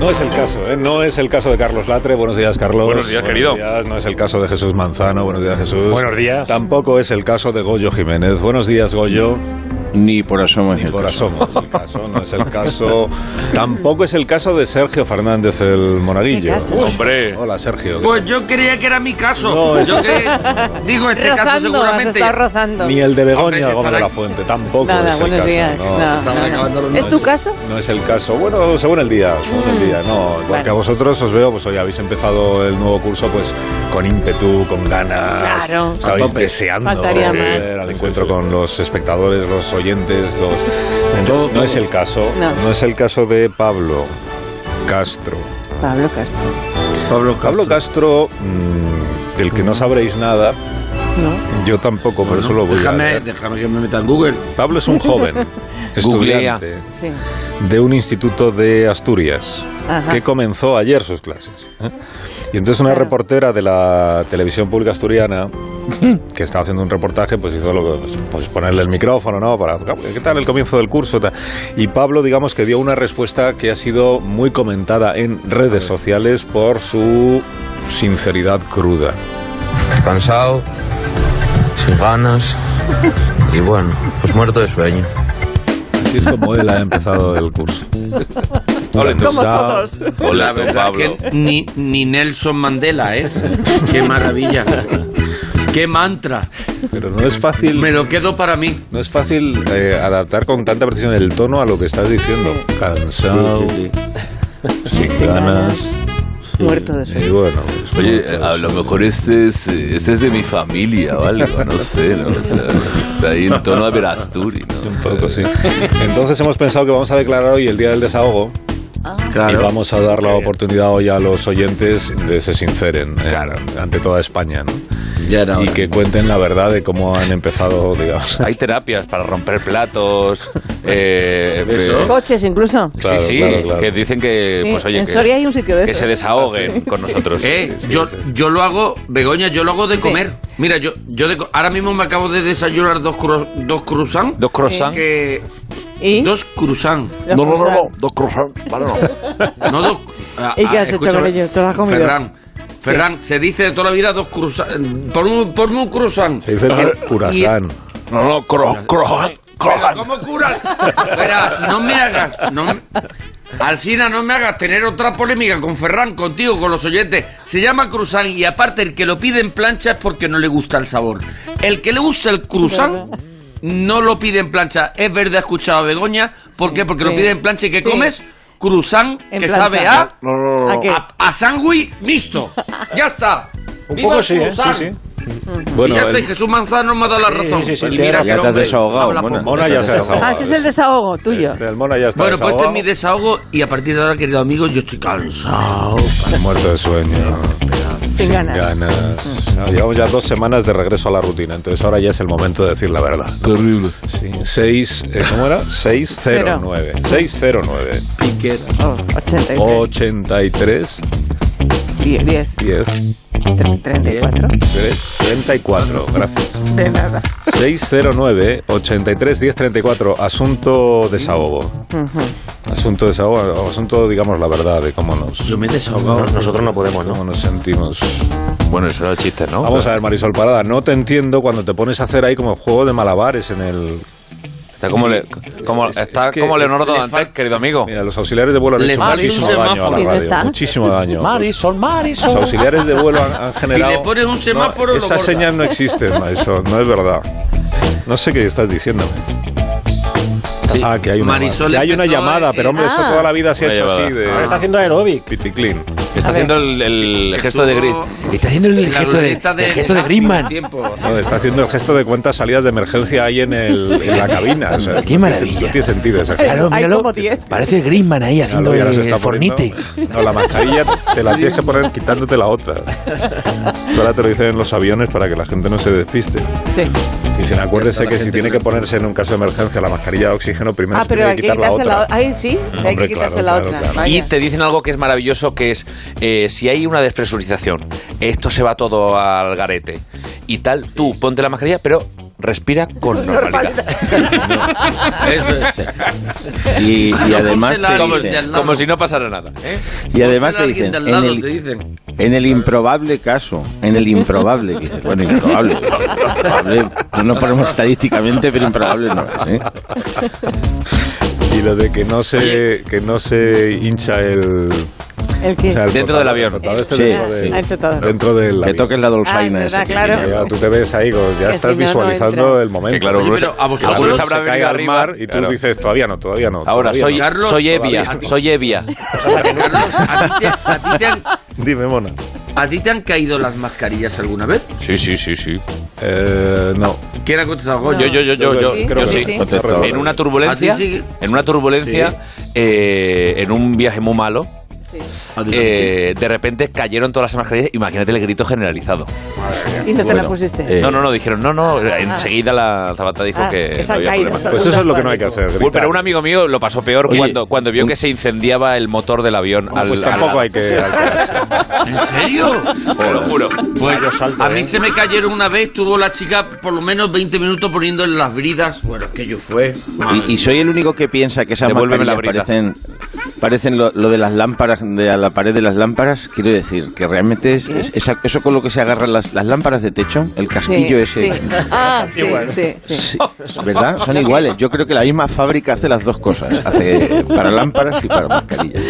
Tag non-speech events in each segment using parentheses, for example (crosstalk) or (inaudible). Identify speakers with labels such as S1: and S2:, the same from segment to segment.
S1: No es el caso, ¿eh? No es el caso de Carlos Latre. Buenos días, Carlos.
S2: Buenos días, querido.
S1: días. No es el caso de Jesús Manzano. Buenos días, Jesús.
S3: Buenos días.
S1: Tampoco es el caso de Goyo Jiménez. Buenos días, Goyo.
S4: Ni por asomo es
S1: Ni
S4: el
S1: por
S4: caso.
S1: asomo es
S4: (laughs)
S1: el caso. No es el caso. Tampoco es el caso de Sergio Fernández, el
S5: ¿Qué
S1: monaguillo.
S5: caso?
S1: Uy.
S2: Hombre.
S1: Hola, Sergio.
S6: Pues yo creía que era mi caso.
S1: No, es-
S6: yo creía- digo, este caso
S5: Rozando, has
S6: seguramente.
S5: estado rozando.
S1: Ni el de
S6: Hombre,
S1: Begoña
S6: se
S1: Gómez
S6: estará-
S1: de la Fuente. Tampoco
S5: Nada,
S1: es el
S5: buenos
S1: caso.
S5: días.
S1: no.
S5: No,
S6: estaban
S5: no, no.
S6: acabando los
S5: ¿Es
S6: nombres.
S5: tu caso?
S1: No es el caso. Bueno, según el día, según
S5: Mm,
S1: el día, no. Porque
S5: Vale.
S1: a vosotros os veo, pues hoy habéis empezado el nuevo curso, pues con ímpetu, con ganas.
S5: Claro.
S4: A
S1: Estabais
S4: tope.
S1: deseando
S5: Faltaría
S1: volver
S5: más.
S1: al
S2: Sí,
S1: encuentro
S2: sí, sí.
S1: con los espectadores, los oyentes, los.
S4: Todo,
S1: no
S4: todo.
S1: es el caso.
S5: No.
S1: no es el caso de Pablo Castro.
S5: Pablo Castro.
S4: Pablo
S1: Pablo Castro, mm, del que no sabréis nada,
S5: No.
S1: yo tampoco, por Oh, eso lo voy a.
S4: déjame,
S1: leer.
S4: déjame que me meta en Google.
S1: Pablo
S5: (laughs)
S1: es un joven
S4: Googlea.
S1: estudiante
S5: Sí.
S1: de un instituto de Asturias
S5: Ajá.
S1: que comenzó ayer sus clases. ¿eh? Y entonces una
S5: Claro.
S1: reportera de la televisión pública asturiana
S5: Hmm.
S1: que estaba haciendo un reportaje, pues hizo lo que- pues, pues ponerle el micrófono, ¿no? Para qué tal el comienzo del curso, tal? y Pablo, digamos que dio una respuesta que ha sido muy comentada en redes sociales por su sinceridad cruda.
S7: cansado, sin ganas y bueno, pues muerto de sueño.
S1: Así es como él ha empezado el curso.
S2: Ole tú.
S1: Como todos.
S2: Ole
S6: La
S2: tú,
S6: verdad
S2: Pablo.
S6: que ni, ni Nelson Mandela, ¿eh? Qué
S1: (laughs)
S6: maravilla. Qué mantra.
S1: Pero no es fácil.
S6: Me lo quedo para mí.
S1: No es fácil eh, adaptar con tanta precisión el tono a lo que estás diciendo. Cansado, sin ganas.
S5: Muerto de sueño.
S1: Y bueno, pues,
S8: Oye,
S1: muchas-
S8: eh, a lo mejor este es, eh, este es de mi familia o algo, no sé, ¿no? O sea, está ahí en tono a Verasturi, ¿no?
S1: un poco,
S6: (laughs)
S1: sí. Eh, Entonces hemos pensado que vamos a declarar hoy el día del desahogo y
S4: Claro.
S1: vamos a dar la oportunidad hoy a los oyentes de se sinceren eh, ante toda España ¿no?
S4: Ya era
S1: y
S4: hora.
S1: que cuenten la verdad de cómo han empezado, digamos.
S2: Hay terapias para romper
S1: (laughs)
S2: platos. Eh,
S4: Beso.
S2: eh,
S5: Coches incluso.
S1: Claro,
S2: sí, sí,
S1: claro, claro.
S2: que dicen que,
S5: Sí,
S2: pues oye,
S5: en
S2: que,
S5: Soria hay un sitio de
S2: que
S5: esos.
S2: se
S5: (laughs)
S2: desahoguen con nosotros.
S6: Eh, yo, yo lo hago, Begoña, yo lo hago de comer. Mira, yo, yo de co- ahora mismo me acabo de desayunar dos, cro, dos croissants.
S2: Dos croissants.
S6: que-
S5: ¿Y?
S6: Dos croissants.
S5: Los cruzados.
S8: dos croissants, para no.
S6: No dos. ah,
S5: ¿Y qué
S6: ah,
S5: has hecho
S6: escúchame,
S5: con ellos? ¿Te los has comido?
S6: Ferran, Ferran, se dice de toda la vida dos croissants. Por un, por un croissant.
S1: Se dice
S6: Y-
S1: Curasán.
S8: No, no, cro, croissant, croissant.
S6: ¿Cómo cura? Espera, no me hagas. No me- Alsina, no me hagas tener otra polémica con Ferran, contigo, con los oyentes. Se llama cruzán y aparte el que lo pide en plancha es porque no le gusta el sabor. El que le gusta el cruzán no lo pide en plancha. Es verdad, he escuchado a Begoña. ¿Por qué? Porque
S5: Sí.
S6: lo pide en plancha y que
S5: Sí.
S6: comes cruzán que
S5: En
S6: sabe
S5: plancha.
S6: a,
S5: ¿A qué?
S6: a, a sándwich mixto. Ya está.
S3: Un
S6: ¡Viva
S3: poco
S6: el
S3: sí, ¿eh?
S6: cruzán!
S3: Sí, sí.
S1: Bueno,
S6: y ya está, y
S1: el-
S6: Jesús Manzano me ha dado la
S3: Sí,
S6: razón.
S3: sí, sí,
S6: Y
S3: sí,
S6: mira
S3: ya
S6: que
S3: te
S6: el
S8: has
S6: hombre
S8: desahogado,
S6: habla
S8: Mona.
S6: poco.
S1: Mona ya se ha desahogado.
S5: Ah, ese es el desahogo tuyo.
S1: Este, el Mona ya está
S6: Bueno, pues este es mi
S1: desahogado.
S6: desahogo y a partir de ahora, queridos amigos, yo estoy cansado.
S1: Muerto de sueño.
S5: Sin ganas.
S1: Ah, Llevamos ya dos semanas de regreso a la rutina, entonces ahora ya es el momento de decir la verdad.
S8: Terrible.
S1: Sí. 6, ¿cómo era? 609. 609.
S5: Oh, 83.
S1: 83
S5: 10, 10,
S1: 10
S5: tre- 34.
S1: 34. Gracias.
S5: De nada.
S1: 609 83 10 34. Asunto desahogo. Asunto desahogo, o asunto, digamos, la verdad de cómo nos,
S6: Yo me he desahogado.
S3: Nosotros no podemos,
S1: cómo nos sentimos.
S8: Bueno, eso era el chiste, ¿no?
S1: Vamos a ver, Marisol Parada, no te entiendo cuando te pones a hacer ahí como juego de malabares en el
S8: Está como, le- como,
S1: es-
S8: está
S1: es que-
S8: como Leonardo
S6: le
S8: Dantes,
S6: fa-
S8: querido amigo.
S1: Mira, los auxiliares de vuelo han
S6: Le
S1: hecho
S6: falta
S1: muchísimo
S6: un
S1: daño a
S6: semáforo.
S1: la
S5: Sí,
S1: radio.
S5: ¿está?
S1: Muchísimo daño.
S9: (laughs)
S3: Marisol,
S1: Los
S3: Marisol.
S1: auxiliares de vuelo han, han generado.
S6: le pones un semáforo,
S1: no,
S6: lo
S1: Esas
S6: borda.
S1: señas no existen, Marisol, no es verdad. No sé qué estás diciéndome. Ah, que hay una,
S6: Marisol
S1: que hay una
S6: empezó
S1: llamada,
S6: en-
S1: pero hombre, eso
S5: Ah.
S1: toda la vida se ha
S8: Una
S1: hecho así
S8: llamada.
S1: de
S3: Está haciendo aeróbic.
S9: Eh,
S1: piticlin.
S2: Está
S5: A ver.
S2: haciendo el, el gesto de Gris.
S6: Estuvo
S2: Está haciendo el
S6: La
S2: gesto de,
S6: ruleta de-
S2: el gesto de Griezmann.
S6: Tiempo.
S1: No, está haciendo el gesto de cuántas salidas de emergencia hay en, el, en la cabina. o sea,
S2: Qué
S1: no tiene-
S2: maravilla.
S1: No tiene sentido ese gesto.
S2: Claro,
S5: Hay
S2: míralo.
S5: como 10.
S2: Parece Griezmann ahí haciendo
S1: Claro, y ahora se
S2: el,
S1: está poniendo-
S2: fornite.
S1: No, la mascarilla te la tienes que poner quitándote la otra. Tú ahora te lo dicen en los aviones para que la gente no se despiste.
S5: Sí.
S1: Y si no, acuérdese
S4: Ya está, la
S1: que si
S4: gente
S1: tiene
S4: se-
S1: que ponerse en un caso de emergencia la mascarilla de oxígeno, primero
S5: Ah,
S1: se
S5: pero
S1: tiene
S5: hay
S1: que
S5: que
S1: quitar la
S5: quitarse la
S1: otra.
S5: otra. Ay,
S1: (laughs)
S5: sí, hay
S1: Hombre,
S5: que quitarse
S1: claro,
S5: la
S1: claro,
S5: otra.
S1: claro.
S5: Vaya.
S2: Y te dicen algo que es maravilloso, que es eh, si hay una despresurización, esto se va todo al garete y tal, tú ponte la mascarilla, pero respira con normalidad.
S4: Y, y además
S6: Pónsela
S4: te
S6: como-
S4: dicen,
S2: Como si no pasara nada. ¿eh?
S4: y además
S6: Pónsela
S4: te
S6: a
S4: dicen,
S6: alguien
S4: en
S6: de al lado, te
S4: el,
S6: dicen.
S4: en el improbable caso, en el improbable, dices, bueno, improbable, improbable, no nos ponemos estadísticamente, pero improbable no es, ¿eh?
S1: Y lo de que no se, que no se hincha el.
S5: ¿El qué?
S1: o sea, el
S2: Dentro del avión.
S1: flotador este
S4: Sí,
S1: dentro, del-
S5: sí. Ah, el flotador.
S1: dentro del
S4: Que
S1: avión.
S4: toques la dolzaina
S5: Ah, es
S4: esa
S5: verdad,
S4: que
S5: claro.
S4: tiene,
S1: Ya, tú te ves ahí, como ya
S5: Que
S1: estás
S5: si no, no
S1: visualizando
S5: entras.
S1: el momento.
S2: Que claro,
S6: Oye,
S2: Bruce-
S6: pero a vosotros
S2: Bruce
S1: se
S2: habrá
S1: cae
S2: venido
S1: al
S2: arriba,
S1: mar y tú
S2: claro.
S1: dices, todavía no, todavía no.
S2: Ahora
S1: todavía
S2: soy
S1: no.
S6: Carlos,
S2: soy
S1: todavía
S2: Evia, soy Evia.
S6: Carlos, ¿a ti te- a ti te han-
S1: Dime, mona.
S6: ¿a ti te han caído las mascarillas alguna vez?
S2: Sí, sí, sí, sí.
S1: Eh, no.
S6: ¿Quién ha contestado? Goyo?
S2: Yo, yo, yo, yo, yo,
S5: Sí,
S2: yo
S5: sí,
S2: sí.
S5: sí.
S4: Contestado.
S2: En una
S6: ¿A
S2: turbulencia,
S6: ti sí?
S2: en una turbulencia, eh, en un viaje muy malo, eh, de repente cayeron todas las mascarillas. Imagínate el grito generalizado.
S5: Y no te la
S4: Bueno,
S5: pusiste.
S4: eh,
S2: No, no, no, dijeron, no, no. eh, Enseguida la zapata dijo
S5: Ah,
S2: que.
S5: que se
S2: no
S5: han
S2: había
S5: caído,
S2: problema.
S5: se han
S1: Pues eso es lo que no hay que hacer.
S2: Uy,
S1: gritar.
S2: pero un amigo mío lo pasó peor
S4: Oye,
S2: cuando, cuando vio
S4: un-
S2: que se incendiaba el motor del avión. al-
S1: Pues
S2: al-
S1: tampoco hay que. hay que-
S6: ¿En serio?
S2: (laughs) Te lo juro.
S6: Pues a
S1: ¿eh?
S6: mí se me cayeron una vez, tuvo la chica por lo menos 20 minutos poniendo en las bridas. Bueno, es que yo fue.
S4: Y, y soy el único que piensa que esas
S2: Devuélveme la
S4: mascarillas parecen, parecen lo, lo de las lámparas, de a la pared de las lámparas. Quiero decir que realmente es, es- esa- eso con lo que se agarran las, las lámparas de techo, el casquillo
S5: sí.
S4: ese.
S6: (laughs)
S5: Ah, sí, sí, sí.
S4: Sí, es ¿Verdad? Son iguales. Yo creo que la misma fábrica hace las dos cosas. Hace para lámparas y para mascarillas.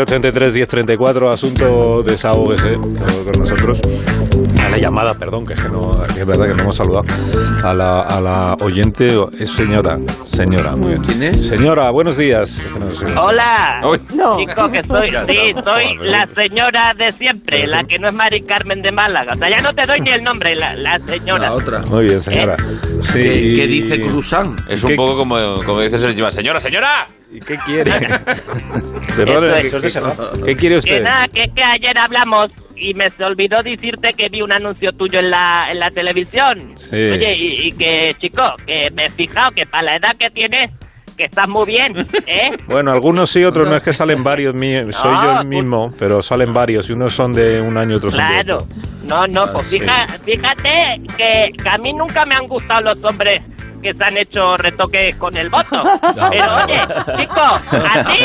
S1: 609-83-1034, asunto desahógese E, con- con nosotros. A la llamada, perdón, que es, que no, que es verdad que no hemos saludado. A la, a la oyente, es señora, señora, muy bien.
S6: ¿Quién es?
S1: Señora, buenos días. Es que no sé.
S3: Hola.
S2: Uy.
S5: No.
S3: Chicos, que soy,
S1: Ya
S3: sí,
S1: estamos,
S3: soy
S1: joder.
S3: la señora de siempre, la que no es Mari Carmen de Málaga. O sea, ya no te doy ni el nombre, la, la señora.
S6: La otra.
S1: Muy bien, señora.
S2: ¿Eh?
S1: Sí,
S6: ¿Qué,
S1: y-
S6: qué dice Cruzán?
S2: Es un
S1: ¿Qué-
S2: poco como, como dice Sergio Mas, Señora, señora.
S1: ¿Y qué
S3: (laughs)
S1: quiere? Perdón,
S3: Eso
S1: ¿qué, qué- qué quiere
S3: Que
S1: usted?
S3: nada, que es que ayer hablamos y me se olvidó decirte que vi un anuncio tuyo en la, en la televisión.
S1: Sí.
S3: Oye, y, y que, chico, que me he fijado que para la edad que tienes, que estás muy
S1: (laughs)
S3: bien, ¿eh?
S1: Bueno, algunos sí, otros no es que salen varios, mí-
S9: (laughs)
S1: soy yo
S9: Ah,
S1: el
S9: pues.
S1: mismo, pero salen varios y unos son de un año y otros son de
S3: Claro.
S1: otro.
S3: No, no, pues
S1: Ah, sí.
S3: fija- fíjate que, que a mí nunca me han gustado los hombres que se han hecho retoques con el voto.
S1: (laughs)
S3: Pero oye, chico,
S5: ¿Ah,
S3: a ti.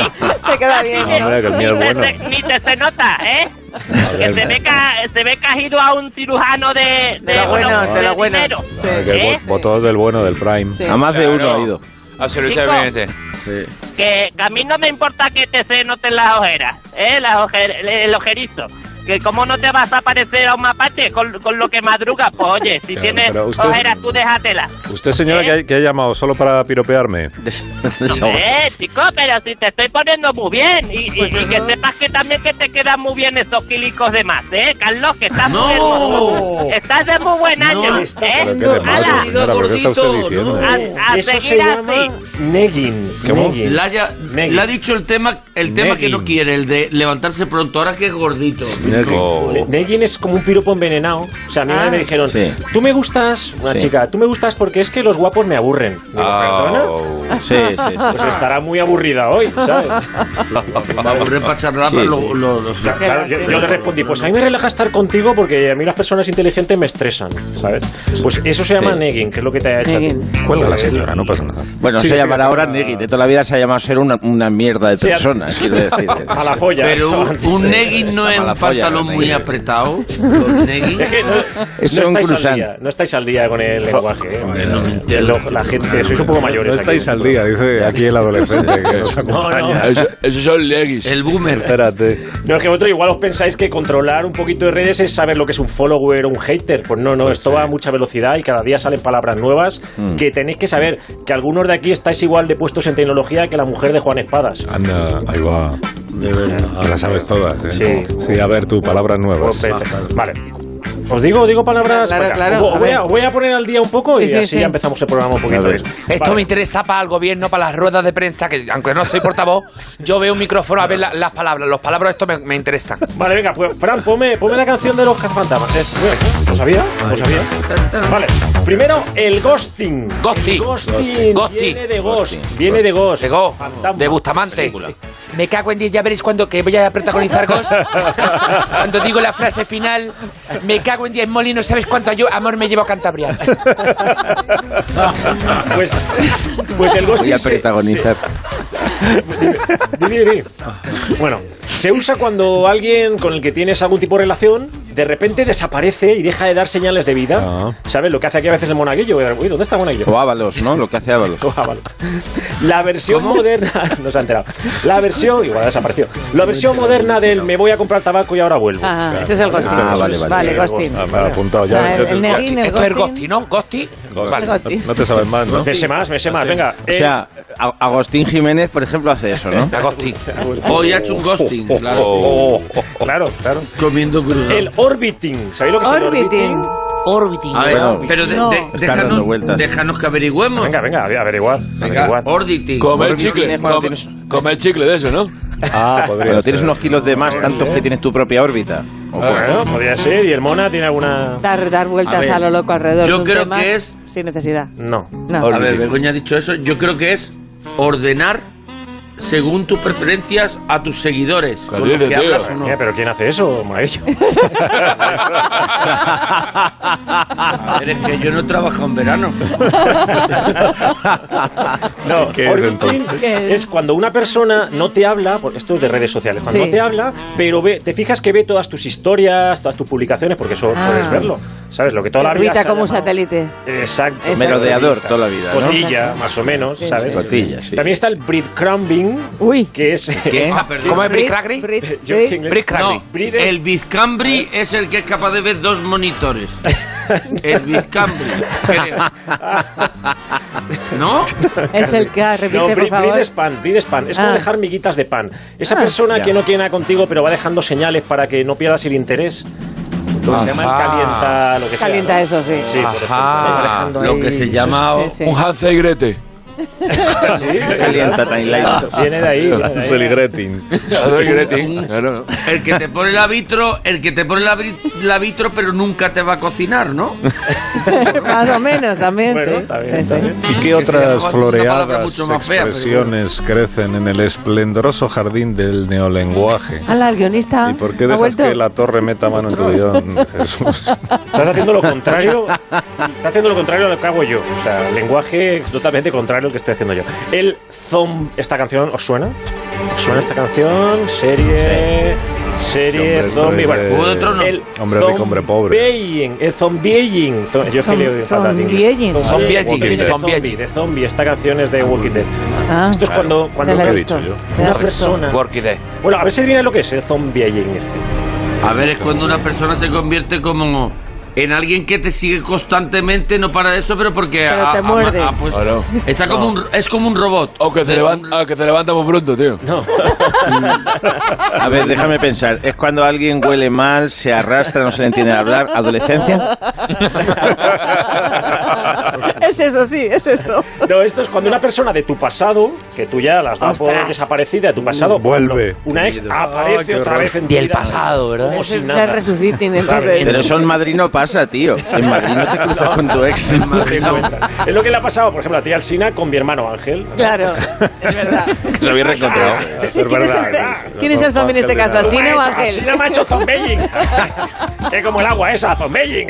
S5: Te queda
S3: a ti
S5: bien.
S3: que-
S1: Hombre, que el mío es
S3: ni te
S1: bueno.
S3: se- Ni te se nota, ¿eh?
S1: ver,
S3: Que se ve, ca- se ve que has ido a un cirujano de...
S5: De los
S3: bueno,
S5: buenos, de los buenos.
S3: dinero.
S5: Sí.
S1: Que el
S3: ¿Eh?
S1: vo- voto del bueno, del prime.
S5: Sí.
S4: A más de uno
S2: Claro.
S4: ha ido.
S2: Absolutamente.
S3: Que, que a mí no me importa que te se noten las ojeras, ¿eh? Las ojer, el ojerizo. Que cómo no te vas a parecer a un mapache con, con lo que madrugas. Pues oye, si
S1: Claro,
S3: tienes
S1: pero usted-
S3: ojeras, tú déjatela.
S1: Usted, señora, que ha, que ha llamado solo para
S4: (laughs)
S1: piropearme.
S3: Eh, chico, pero si te estoy poniendo muy bien. Y,
S6: Pues
S3: y- y que sepas que también que te quedan muy bien esos kilicos de más, ¿eh? Carlos, que estás
S6: No.
S3: muy hermoso. Estás de muy buen
S6: No,
S3: año,
S6: está
S3: ¿eh?
S1: Pero qué de malo,
S3: Ala,
S1: señora, ¿pero qué está usted
S6: Gordito,
S1: diciendo?
S6: ¿no?
S3: a, a
S9: Eso se
S3: seguir
S9: llama
S3: así.
S9: negging.
S1: ¿Cómo?
S9: negging.
S6: La, haya-
S9: Negging.
S6: le ha dicho el tema, el tema que no quiere, el de levantarse pronto, ahora que es gordito.
S2: Oh.
S9: Ne- Negging es como un piropo envenenado. O sea, a mí
S3: Ah.
S9: una vez me dijeron,
S4: Sí.
S9: tú me gustas, una
S4: Sí.
S9: chica, tú me gustas porque es que los guapos me aburren. Digo, ¿perdona?
S2: Oh.
S4: Sí, sí,
S9: (laughs) Pues estará muy aburrida hoy,
S2: (laughs)
S9: ¿sabes?
S6: Va a aburrir para charlar,
S4: Sí,
S6: pero
S4: sí.
S6: lo- lo- lo-
S9: Claro, claro, yo, yo le respondí, pues a mí me relaja estar contigo porque a mí las personas inteligentes me estresan, ¿sabes? Pues eso se llama
S4: Sí.
S9: negging, que es lo que te ha hecho. a ti.
S5: Negging.
S1: Cuelga
S9: Pues,
S1: la señora, no pasa nada.
S4: Bueno,
S1: Sí,
S4: se
S1: sí,
S4: llamará
S1: a-
S4: ahora Negri. De toda la vida se ha llamado ser una, una mierda de
S9: Sí, a- (laughs)
S4: personas, quiero decir.
S9: A la folla. (laughs)
S6: Pero un, un negging no es
S4: Mala
S6: falta pantalón
S4: llegar,
S6: muy
S4: ahí.
S6: apretado, los negui.
S4: Eso es
S9: no,
S4: un
S9: estáis al
S4: cruzán.
S9: día, no estáis al día con el lenguaje. ¿eh?
S6: entiendo.
S9: Lo- la gente, sois un poco mayores.
S1: No estáis al día, dice aquí el adolescente que
S9: (laughs)
S1: nos acompaña.
S8: Eso, esos son leggings.
S6: El boomer.
S1: Espérate.
S9: No, es que vosotros igual os pensáis que controlar un poquito de redes es saber lo que es un follower o un hater. Pues no, no, esto va a mucha velocidad y cada día salen palabras nuevas
S5: Mm.
S9: que tenéis que saber que algunos de aquí estáis igual de puestos en tecnología que la mujer de Juan Espadas.
S1: Anda, ahí va. Te las sabes todas, ¿eh?
S9: Sí.
S1: Sí, a ver tú, palabras nuevas.
S9: Pues, vale. Os digo, os digo palabras.
S5: Claro,
S9: venga,
S5: claro,
S9: os,
S5: a
S9: voy a,
S5: ver.
S9: os voy a poner al día un poco y
S5: Sí, sí,
S9: así
S5: sí.
S9: ya empezamos el programa un poquito.
S4: A ver.
S2: Esto
S9: Vale.
S2: me interesa para el gobierno, para las ruedas de prensa, que aunque no soy portavoz, yo veo un micrófono a ver la- las palabras. Los palabras, esto me, me interesan.
S9: Vale, venga, pues Fran, ponme, ponme la canción de los cazafantasmas. Es- ¿eh? ¿Lo sabía? ¿Lo sabía? Vale, primero el ghosting.
S2: Ghosting.
S9: El ghosting.
S2: Ghosting.
S9: Viene de ghost. Viene de ghost.
S2: Llegó,
S9: Fantasma.
S2: de Bustamante. Me cago en 10, ya veréis cuando que voy a protagonizar Ghost. Cuando digo la frase final, me cago en 10, Molly, no sabes cuánto yo, amor me llevo a Cantabria.
S9: Pues, (laughs) pues el ghosting.
S4: Voy a
S9: se-
S4: protagonizar.
S9: se- dime, dime. Bueno, se usa cuando alguien con el que tienes algún tipo de relación de repente desaparece y deja de dar señales de vida.
S1: Ah.
S9: ¿Sabes lo que hace aquí a veces el monaguillo? Uy, ¿dónde está el monaguillo?
S4: O Ábalos, ¿no? Lo que hace
S9: (laughs)
S4: Ábalos.
S9: Ah, vale. La versión moderna. (laughs) No se ha enterado. La versión. Igual ha desaparecido. La versión moderna del me voy a comprar tabaco y ahora vuelvo.
S5: Ah, ese es el ghosting.
S4: Ah, vale, vale.
S5: Vale, ghosting.
S1: Ah, me lo he apuntado
S5: O sea,
S1: ya.
S5: el, el neguín, el
S2: Esto es Gosti,
S5: ghosting.
S2: ¿no? Gosti.
S1: Joder,
S2: Vale.
S1: no- No te sabes más, ¿no?
S9: Me sé más, me sé más. Venga.
S4: O sea, A- Agustín Jiménez, por ejemplo, hace eso, ¿no?
S2: La Gosti.
S6: Hoy ha hecho un ghosting, claro.
S2: Oh,
S9: eh, claro, claro.
S6: Comiendo crudo.
S9: El orbiting. ¿Sabéis lo que es el
S5: Orbiting.
S9: orbiting?
S2: Orbiting.
S6: A ver,
S4: Ah, Bueno,
S6: pero de-
S5: no.
S6: de-
S5: Está
S4: dando
S6: déjanos,
S4: vueltas.
S6: déjanos que averigüemos.
S9: Venga, venga, a ver, averiguar.
S6: Venga,
S9: averiguar.
S6: Ordity.
S8: Comer
S4: Morbius
S8: chicle.
S4: tienes cuando
S8: come-
S4: tienes-
S8: Comer chicle de eso, ¿no?
S1: Ah, podría
S4: Cuando tienes
S1: ser.
S4: unos kilos de más, tantos que tienes tu propia órbita. O por-
S9: Pues Bueno, podría ser. ¿Y el mona tiene alguna.?
S5: Dar, dar vueltas
S6: A
S5: a,
S6: ver,
S5: lo loco alrededor
S6: yo
S5: de un
S6: creo
S5: tema
S6: que es-
S5: sin necesidad.
S9: No.
S5: No.
S6: A ver, Begoña ha dicho eso. Yo creo que es ordenar según tus preferencias a tus seguidores. Con los
S8: Caliente,
S6: que
S8: tío.
S6: hablas o no.
S5: Eh,
S9: Mira, pero ¿quién hace eso, monaguillo?
S6: A ver, es que yo no he trabajado en verano.
S9: (laughs) No,
S1: ¿Qué es,
S9: orbiting
S1: entonces?
S5: ¿Qué es?
S9: es cuando una persona no te habla, porque esto es de redes sociales, cuando
S5: Sí.
S9: no te habla, pero ve, te fijas que ve todas tus historias, todas tus publicaciones, porque eso
S5: Ah.
S9: puedes verlo. ¿Sabes? Lo que toda la vida.
S5: Orbita
S9: se ha
S5: como un
S9: llamado-
S5: satélite.
S9: Exacto.
S5: Exacto.
S4: Merodeador toda la vida, ¿no?
S9: Cotilla, más o menos,
S5: Sí,
S9: ¿sabes?
S5: sí.
S4: Cotilla, sí.
S9: También está el breadcrumbing,
S5: Uy.
S9: que es. (laughs) Eh,
S6: Ah, perdón.
S2: ¿Cómo es
S5: Brit,
S2: Bricragri?
S5: Brit,
S9: Yo
S5: Brit.
S9: que inglés-
S2: Bricragri.
S6: No,
S9: Brit es- Ah.
S6: el Vizcambri es el que es capaz de ver dos
S9: (laughs)
S6: monitores. El Vizcambri, creo. ¿No?
S5: Es el que ah, repite,
S9: No,
S5: por
S9: bri-
S5: favor.
S9: brid es pan, brid es pan. Es como
S5: Ah.
S9: dejar miguitas de pan. Esa
S5: Ah.
S9: persona
S4: Ya.
S9: que no quiere nada contigo, pero va dejando señales para que no pierdas el interés. Lo que se llama el
S2: Ajá.
S9: calienta, lo que sea.
S5: Calienta
S9: ¿no?
S5: eso, sí.
S9: Sí, por ejemplo.
S2: Ajá.
S9: Alejandro
S6: Ah, Lo
S9: ahí-
S6: que se llama
S5: Sí, sí.
S8: Un Hansel y Grete.
S4: Calienta, tan light.
S9: Viene de ahí. viene de ahí.
S1: Seligretin.
S8: Hansel y Grete. Claro.
S6: el que te pone la vitro, el que te pone la, vi- la vitro, pero nunca te va a cocinar, ¿no?
S5: Más o menos, también,
S9: Bueno,
S5: sí.
S9: está bien,
S5: Sí,
S9: está
S5: sí.
S9: bien.
S1: ¿Y qué
S6: Que se llama
S1: otras
S6: una palabra
S1: floreadas
S6: mucho más fea, pero
S1: expresiones crecen en el esplendoroso jardín del neolenguaje?
S5: Hala, el guionista.
S1: ¿Y por qué
S5: ha
S1: dejas
S5: vuelto.
S1: que la torre meta mano en tu guión, Jesús?
S9: Estás haciendo lo contrario. Estás haciendo lo contrario a lo que hago yo. O sea, lenguaje totalmente contrario al que estoy haciendo yo. El zom. ¿Esta canción os suena? ¿Os suena esta canción? Serie. Serie
S1: hombre, esto
S9: zombie.
S1: es de-
S9: Bueno,
S6: Juego de Tronos.
S9: el
S1: Hombre rico, hombre pobre.
S9: zombieing, El zombieing. Zo- Yo es que
S5: Zom-
S9: leo fatal en inglés.
S5: zombieing.
S2: Zombieing,
S9: De
S2: zombieing.
S9: zombie, De zombie. Esta canción es de
S1: Mm.
S9: Walking Dead.
S5: Ah,
S9: Esto es cuando, cuando
S5: te la
S1: he
S5: he
S9: una
S1: dicho
S5: visto.
S1: yo.
S5: Te la has visto.
S9: persona.
S2: Worky Day.
S9: Bueno, a ver si viene lo que es el zombieing este.
S6: A ver, es cuando una persona se convierte como en alguien que te sigue constantemente, no para de eso, pero porque
S5: Pero
S6: ha-
S5: te
S6: ha-
S5: muerde.
S6: ha puesto-
S8: Claro.
S6: ah, pues, está como un, es como un robot.
S8: O que se,
S6: Es
S8: levan-
S6: un-
S8: ah, que se levanta muy pronto, tío.
S9: No.
S4: A ver, déjame pensar. Es cuando alguien huele mal, se arrastra, no se le entiende hablar. ¿Adolescencia?
S9: (laughs)
S5: es eso, sí, es eso.
S9: No, esto es cuando una persona de tu pasado, que tú ya las das por
S5: Ostras.
S9: desaparecida de tu pasado,
S1: Mm, Vuelve.
S9: una ex
S1: Ay, qué
S9: aparece otra
S1: horror.
S9: vez en tu
S2: Y el
S9: vida.
S2: pasado, ¿verdad?
S9: Como si
S5: Se-
S9: nada.
S5: Se resuciten entonces.
S4: Pero eso en Madrid no pasa, tío. En Madrid no te cruzas con tu
S9: (laughs)
S4: ex.
S9: Te encuentras. Es lo que le ha pasado, por ejemplo, a tía Alsina con mi hermano
S1: (laughs)
S9: Ángel.
S5: Claro, es verdad.
S2: Que se había reencontrado.
S1: Es
S5: ¿Quién es
S1: verdad,
S5: el,
S1: sí, sí,
S5: ¿quién es el zombie en este caso?
S9: Me ha
S5: ¿Alcina o
S9: hecho-
S5: Ángel?
S9: Alsina me ha hecho zombelling. es como el agua esa, zombelling.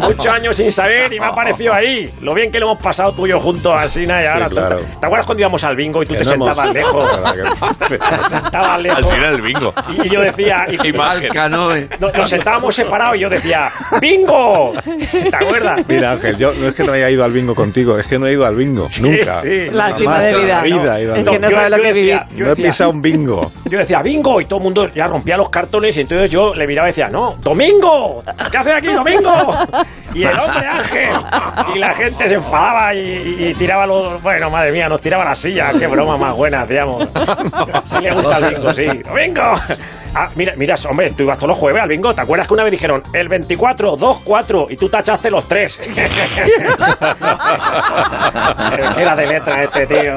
S9: Muchos años sin saber y me ha aparecido ahí. lo bien que lo hemos pasado tú y yo juntos, Asina, y ahora tanta-
S1: claro.
S9: ¿Te acuerdas cuando íbamos al bingo y tú
S1: Que
S9: te
S1: no
S9: sentabas
S1: hemos-
S9: lejos?
S2: (laughs)
S1: Claro,
S9: te sentabas
S7: Al
S9: lejos.
S7: final del bingo.
S9: Y, y
S2: (laughs)
S9: yo decía, y-
S6: Al canoe.
S9: no- nos sentábamos separados y yo decía, ¡bingo! ¿Te acuerdas?
S1: (laughs) Mira, Ángel, yo no es que no haya ido al bingo contigo, es que no he ido al bingo, nunca.
S9: sí.
S5: Lástima
S1: Jamás
S5: de
S1: en la
S5: vida.
S1: vida he ido al
S5: Es que
S1: bingo.
S5: no sabe lo que vivir.
S9: decía- yo
S1: No he
S9: decía-
S1: pisado un
S9: (laughs)
S1: bingo.
S9: Yo decía, bingo, y todo el mundo ya rompía los cartones, y entonces yo le miraba y decía, no, domingo, ¿qué haces aquí, domingo? Y el hombre Ángel, y la gente se enfadaba y, y tiraba los, bueno, madre mía, nos tiraba la silla, qué broma más buena hacíamos. Sí le gusta el bingo, sí, domingo. Ah, mira, mira, hombre, tú ibas todos los jueves al bingo, ¿te acuerdas que una vez dijeron, el 24, 2, 4, y tú tachaste los tres? Pero que era de letra este tío.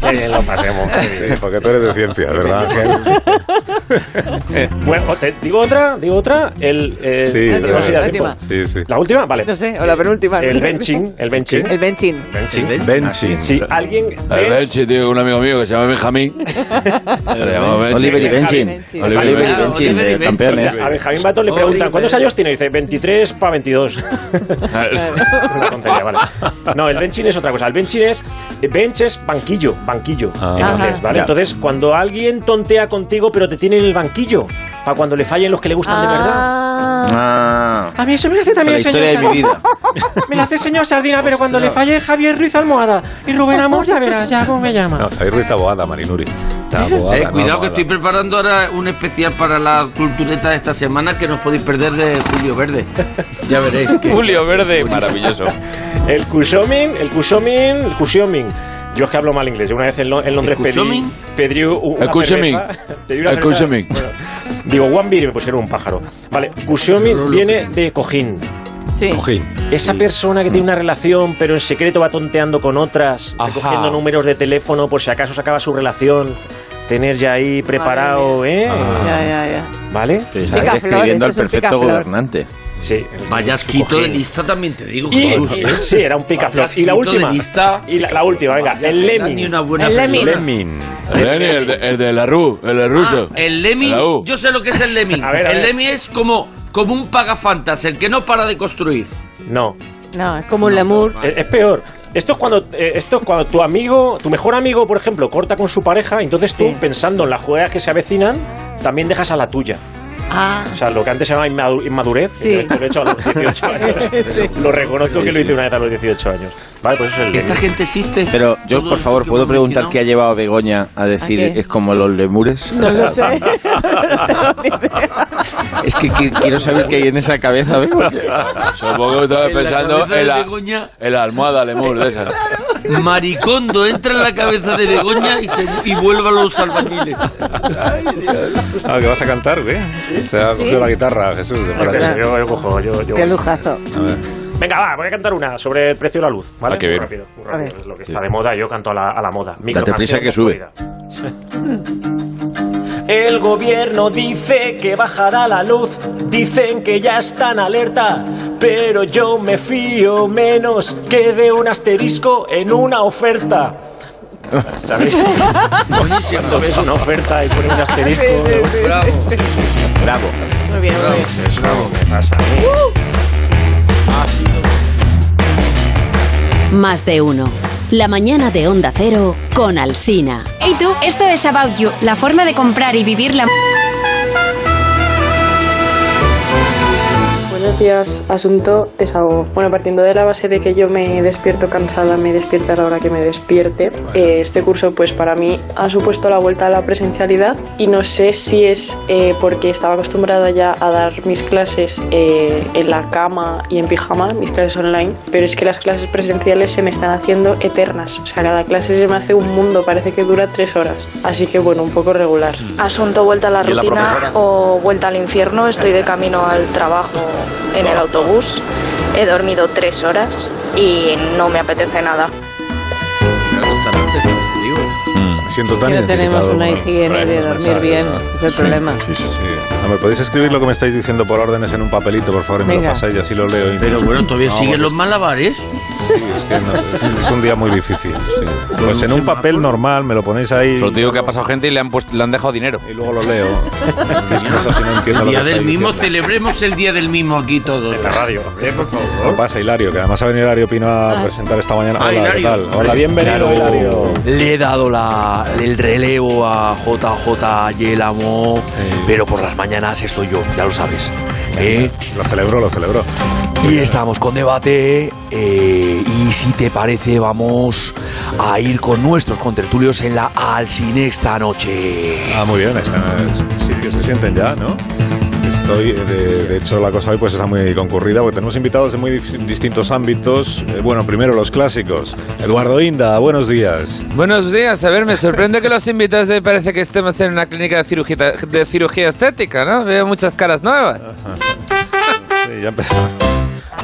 S9: Qué bien lo pasemos. qué bien.
S1: Sí, porque tú eres de ciencias, ¿verdad, Ángel?
S9: Eh, Bueno, te- digo otra, digo otra. El, eh,
S1: Sí,
S9: no
S1: la-
S9: sé si da
S5: la
S9: tiempo.
S5: última.
S1: Sí, sí.
S9: ¿La última? Vale.
S5: No sé, o la penúltima.
S9: El benching, el benching.
S5: El benching.
S9: benching.
S1: Benching.
S9: Si
S5: (laughs)
S9: alguien
S8: El
S9: ve-
S8: Benchi, tío, un amigo mío que se llama Benjamín. Le llamamos Benchi.
S4: Oliver y Benjin.
S5: Benjin.
S4: Oliver y
S6: Oliver y
S4: Benjin,
S6: Benjin.
S4: eh, campeones.
S9: a Benjamín Bato le preguntan, ¿cuántos años tiene? Y dice, 23 para
S5: (laughs)
S9: 22. Una tontería, vale. No, el benching es otra cosa. El benching es. Bench es banquillo, banquillo.
S1: Ah.
S9: en inglés,
S5: Ajá.
S9: ¿vale?
S1: Ya.
S9: Entonces, cuando alguien tontea contigo, pero te tiene en el banquillo, para cuando le fallen los que le gustan de verdad.
S5: Ah,
S4: Ah,
S9: A mí eso me lo hace
S4: la
S9: también, señor.
S4: historia de mi vida.
S9: (laughs) Me la hace señor Sardina, pero cuando le falle Javier Ruiz Almohada y Rubén Amor, ya verás, ya cómo me llama.
S1: No, ahí Ruiz Taboada, Marinuri. Taboada,
S6: Eh,
S1: no,
S6: cuidado que
S1: Taboada.
S6: estoy preparando ahora un especial para la cultureta de esta semana que nos podéis perder de Julio (laughs) Verde. Ya veréis que...
S7: Julio Verde, maravilloso.
S9: (laughs) El Kushomin, el Kushomin, el Kushomin. Yo es que hablo mal inglés. Yo una vez en, Lo- en Londres
S6: ¿El
S9: pedí,
S6: Kushomin?
S9: pedí una
S8: El Kushomin.
S9: cerveza- (laughs) pedí una
S8: El
S9: cerveza-
S8: Kushomin.
S9: bueno, digo, one beer y me pusieron un pájaro. Vale, Kushomin viene de cojín.
S5: sí.
S1: Cojín.
S9: Esa persona que tiene una relación, pero en secreto va tonteando con otras,
S7: Ajá.
S9: recogiendo números de teléfono por si acaso se acaba su relación, tener ya ahí preparado, ¿eh?
S1: Ah.
S5: Ya, ya, ya.
S9: ¿Vale?
S5: Picaflor,
S4: Estás describiendo
S5: este
S4: al
S5: es un
S4: perfecto
S5: picaflor.
S4: gobernante.
S9: Sí.
S6: Vaya asquito de
S9: Cojín.
S6: lista también te digo.
S9: Y,
S6: Jesús.
S9: y- (laughs) sí, era un picaflor. Y la
S6: Asquito de
S9: última.
S6: lista.
S9: Y la, la última, venga.
S6: Vaya,
S9: El
S6: que era Ni
S9: Lemin.
S6: una buena
S5: El
S6: persona.
S5: Lemin.
S1: Lemin.
S8: Lenny, el de, el de la RU, el de ruso.
S6: Ah, el Lemmy,
S8: La
S6: (laughs)
S8: U.
S6: yo sé lo que es el Lemmy.
S9: A ver, a
S6: el
S9: ver.
S6: Lemmy es como, como un pagafantas, el que no para de construir.
S9: No,
S5: No, es como un lemur.
S9: es, es peor. Esto es cuando eh, esto es cuando tu amigo, tu mejor amigo, por ejemplo, corta con su pareja, entonces tú,
S5: Sí.
S9: pensando en las jugadas que se avecinan, también dejas a la tuya.
S5: Ah,
S9: O sea, lo que antes se llamaba inmadu- inmadurez,
S5: Sí.
S9: yo esto lo he hecho a los
S5: (laughs)
S9: 18 años. Lo reconozco que lo hice una vez a los 18 años. Vale, pues eso es el
S6: Esta gente existe.
S4: Pero yo,
S6: Todo
S4: por
S6: lo
S4: favor,
S6: que
S4: ¿puedo
S6: me han
S4: preguntar qué ha
S6: mencionado.
S4: llevado a Begoña a decir
S5: ¿A qué?
S4: es como los lemures?
S5: no lo
S6: (laughs)
S5: sé. No tengo ni idea.
S4: (laughs) Es que qui- quiero saber qué hay en esa cabeza, Begoña.
S8: Supongo que estaba
S6: En la
S8: pensando
S6: cabeza de
S8: en la,
S6: Begoña.
S8: en la almohada Lemur de
S6: (laughs)
S8: esa.
S6: Maricondo entra en la cabeza de Begoña y, se, y vuelve a los albañiles.
S1: Ah, que vas a cantar, ¿eh? Se ha cogido la guitarra, Jesús. de
S9: Es que
S1: maravilla.
S9: yo- yo cojo, yo- yo-
S5: Qué lujazo.
S1: A ver.
S9: Venga, va, voy a cantar una sobre el precio de la luz, ¿vale?
S8: Ah, qué
S9: Muy
S8: bien.
S9: rápido, muy
S5: A
S9: rápido.
S5: ver.
S9: Lo que está de moda, yo canto a la, a la moda. Micro
S4: Date prisa
S9: canción
S4: que sube.
S9: popularidad. El gobierno dice que bajará la luz, dicen que ya están alerta, pero yo me fío menos que de un asterisco en una oferta.
S2: (laughs)
S9: ¿Sabéis? Cuando ves una oferta y pones un asterisco,
S5: Sí, sí, sí,
S6: Bravo.
S5: sí, sí.
S9: bravo.
S5: Muy bien, muy bien.
S9: Eso me pasa a mí.
S10: (laughs) Más de uno. La mañana de Onda Cero con Alsina.
S11: Hey tú, esto es About You, la forma de comprar y vivir la...
S10: Buenos días, asunto desahogo. Bueno, partiendo de la base de que yo me despierto cansada, me despierta a la hora que me despierte, eh, este curso pues para mí ha supuesto la vuelta a la presencialidad y no sé si es eh, porque estaba acostumbrada ya a dar mis clases eh, en la cama y en pijama, mis clases online, pero es que las clases presenciales se me están haciendo eternas. O sea, cada clase se me hace un mundo, parece que dura tres horas. Así que bueno, un poco regular.
S11: Asunto vuelta a la
S7: ¿Y la
S11: rutina
S7: profesora?
S11: o vuelta al infierno, estoy de camino al trabajo en el autobús, he dormido tres horas y no me apetece nada.
S6: Me gustan antes, te digo.
S1: Mm. Me siento tan
S5: Que no
S1: identificado
S5: tenemos una
S1: con-
S5: higiene de
S1: con los
S5: dormir bien,
S1: mensajes,
S5: ese
S1: ¿no?
S5: es el problema.
S1: Sí. Hombre, ¿podéis escribir lo que me estáis diciendo por órdenes en un papelito, por favor? Y me lo
S5: Venga.
S1: pasáis y así lo leo. y-
S6: Pero bueno, todavía
S1: No,
S6: siguen
S1: porque
S6: los malabares.
S1: es que no,
S6: (laughs)
S1: es- es un día muy difícil. sí. Pues en un papel normal me lo ponéis ahí.
S2: Pero te digo que ha pasado gente y le han, puesto- le han dejado dinero.
S1: Y luego lo leo.
S2: (laughs)
S1: si no entiendo
S6: El
S1: lo
S6: día
S1: que
S6: del
S1: estáis diciendo.
S6: mimo, celebremos el día del mimo aquí todos. En la
S9: radio, por
S1: Lo
S6: favor.
S1: pasa Hilario, que además ha venido Hilario Pino a presentar esta mañana.
S6: Ah,
S1: Hola, ¿qué
S6: Hilario.
S1: tal? Hola, bienvenido, Hilario.
S12: Le he dado la, el relevo a JJ Yelamo, pero por las mañanas estoy yo, ya lo sabes. ¿eh?
S1: Lo celebró, lo celebró.
S12: Y estamos con debate. eh, y si te parece, vamos a ir con nuestros contertulios en la Alcine esta noche.
S1: Ah, muy bien, están, sí que se sienten ya, ¿no? Estoy, eh, de, de hecho, la cosa hoy pues está muy concurrida porque tenemos invitados de muy dif- distintos ámbitos. Eh, bueno, primero los clásicos. Eduardo Inda, buenos días.
S13: Buenos días, a ver, me sorprende que los invitados de parece que estemos en una clínica de cirugía, de cirugía estética, ¿no? Veo muchas caras nuevas.
S1: Sí, ya empezamos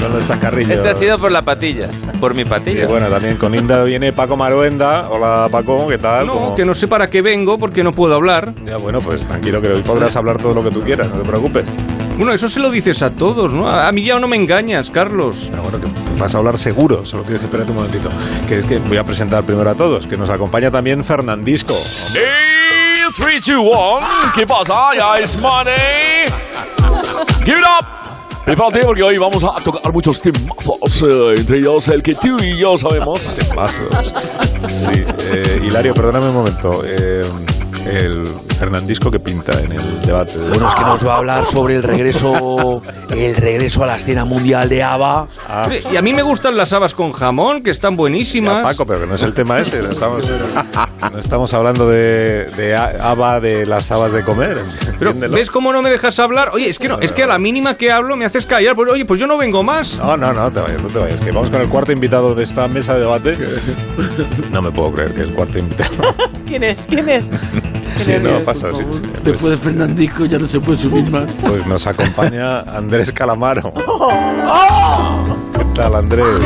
S1: con los chascarrillos.
S13: Este ha sido por la patilla, por mi
S1: Sí,
S13: patilla.
S1: bueno, también con Inda viene Paco Maruenda. Hola, Paco, ¿qué tal? ¿Cómo-
S14: que no sé para qué vengo porque no puedo hablar.
S1: Ya, bueno, pues tranquilo, que hoy podrás hablar todo lo que tú quieras, no te preocupes.
S14: Bueno, eso se lo dices a todos, ¿no? A a mí ya no me engañas, Carlos.
S1: Pero bueno, que vas a hablar seguro, solo tienes que esperarte un momentito. Que es que voy a presentar primero a todos, que nos acompaña también Fernandisco.
S15: 3, 2, 1, ¿qué pasa? Ya es Monday. Give it up. Prepárate porque hoy vamos a tocar muchos temazos, eh, entre ellos el que tú y yo sabemos.
S1: Temazos. Sí, eh, Hilario, perdóname un momento. eh, el Fernandisco que pinta en el debate. de-
S12: Bueno, es que nos va a hablar sobre el regreso, el regreso a la escena mundial de ABBA.
S1: Ah.
S14: Hombre, Y a mí me gustan las habas con jamón, que están buenísimas.
S1: Paco, pero que no es el tema ese, no estamos, no estamos hablando de, de a- haba, de las habas de comer.
S14: Pero, ¿ves cómo no me dejas hablar? Oye, es que no, es que a la mínima que hablo me haces callar. Pues, oye, pues yo no vengo más.
S1: No, no, no te vayas, no te vayas. Que vamos con el cuarto invitado de esta mesa de
S14: (laughs)
S1: debate. No me puedo creer que el cuarto invitado.
S5: ¿Quién es?
S1: (laughs)
S5: ¿Quién es?
S1: Sí, no, pasa. sí, sí, pues-
S16: Después de Fernandisco ya no se puede subir más.
S1: Pues nos acompaña Andrés Calamaro. ¿Qué tal, Andrés?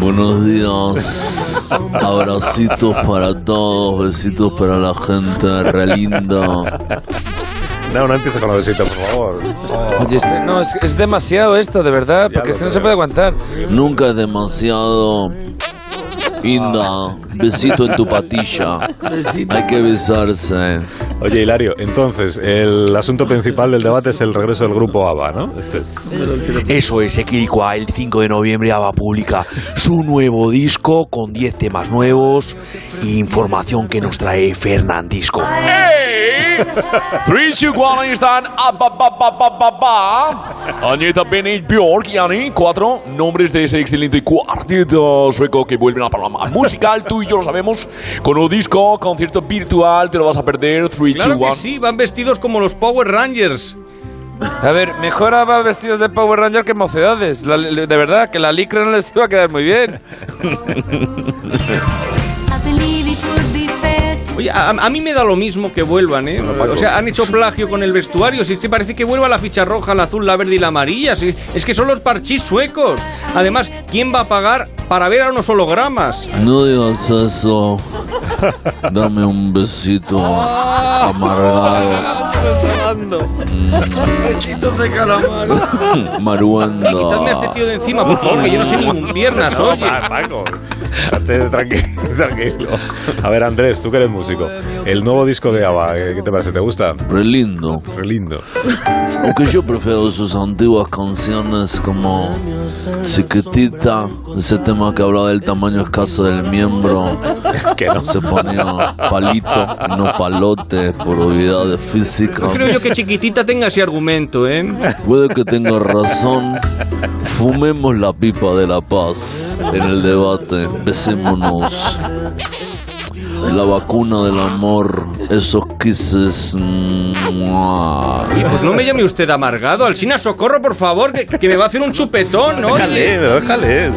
S17: Buenos días. Abracitos para todos, besitos para la gente, re linda.
S1: No, no empieces con los besitos, por favor.
S13: Oye, este- no, es, es demasiado esto, de verdad, porque es que no se puede aguantar.
S17: Nunca es demasiado.
S1: Ah.
S17: Inda, besito en tu patilla. Hay que besarse.
S1: Oye, Hilario, entonces, el asunto principal del debate es el regreso del grupo ABBA, ¿no? Este es.
S12: Eso es, Equilicua. El 5 de noviembre ABBA publica su nuevo disco con 10 temas nuevos e información que nos trae Fernandisco.
S15: Hey, 3, 2, 1, ahí están. Ah, ba, ba, ba, ba, ba, ba. Agneta Bennett, Björk y Annie, cuatro nombres de ese excelente cuarteto sueco que vuelven a Panamá. Musical, tú y yo lo sabemos. Con un disco, concierto virtual, te lo vas a perder. 3,
S14: Claro
S15: 2, 1.
S14: que sí, van vestidos como los Power Rangers.
S13: A ver, mejor ABBA vestidos de Power Ranger que mocedades. La- de verdad, que la licra no les iba a quedar muy bien.
S14: Oye, a, a mí me da lo mismo que vuelvan, ¿eh?
S1: Paco.
S14: O sea, han hecho plagio con el vestuario. Si es que parece que vuelva la ficha roja, la azul, la verde y la amarilla. Si- es que son los parchís suecos. Además, ¿quién va a pagar para ver a unos hologramas?
S17: No digas eso. Dame un besito amargado.
S14: (laughs)
S15: Mm.
S6: Besitos de calamar.
S17: Maruanda.
S14: Quitadme a este tío de encima, por favor, que yo no sé ni un piernas,
S1: No,
S14: oye.
S1: pa- Paco, estate tranqui- (laughs) tranquilo. A ver, Andrés, tú que eres músico. El nuevo disco de ABBA, ¿qué qué te parece? ¿Te gusta?
S17: Re lindo.
S1: Re lindo.
S17: Aunque yo prefiero sus antiguas canciones como Chiquitita, ese tema que hablaba del tamaño escaso del miembro,
S1: que no
S17: se ponía palito, no palote, por obviedades físicas.
S14: Creo yo que chiquitita tenga ese argumento, ¿eh?
S17: Puede que tenga razón. Fumemos la pipa de la paz en el debate. Besémonos. La vacuna del amor, esos kisses. mua.
S14: Y pues no me llame usted amargado. Alsina, socorro, por favor, que, que me va a hacer un chupetón, ¿no?
S1: Déjale, déjale.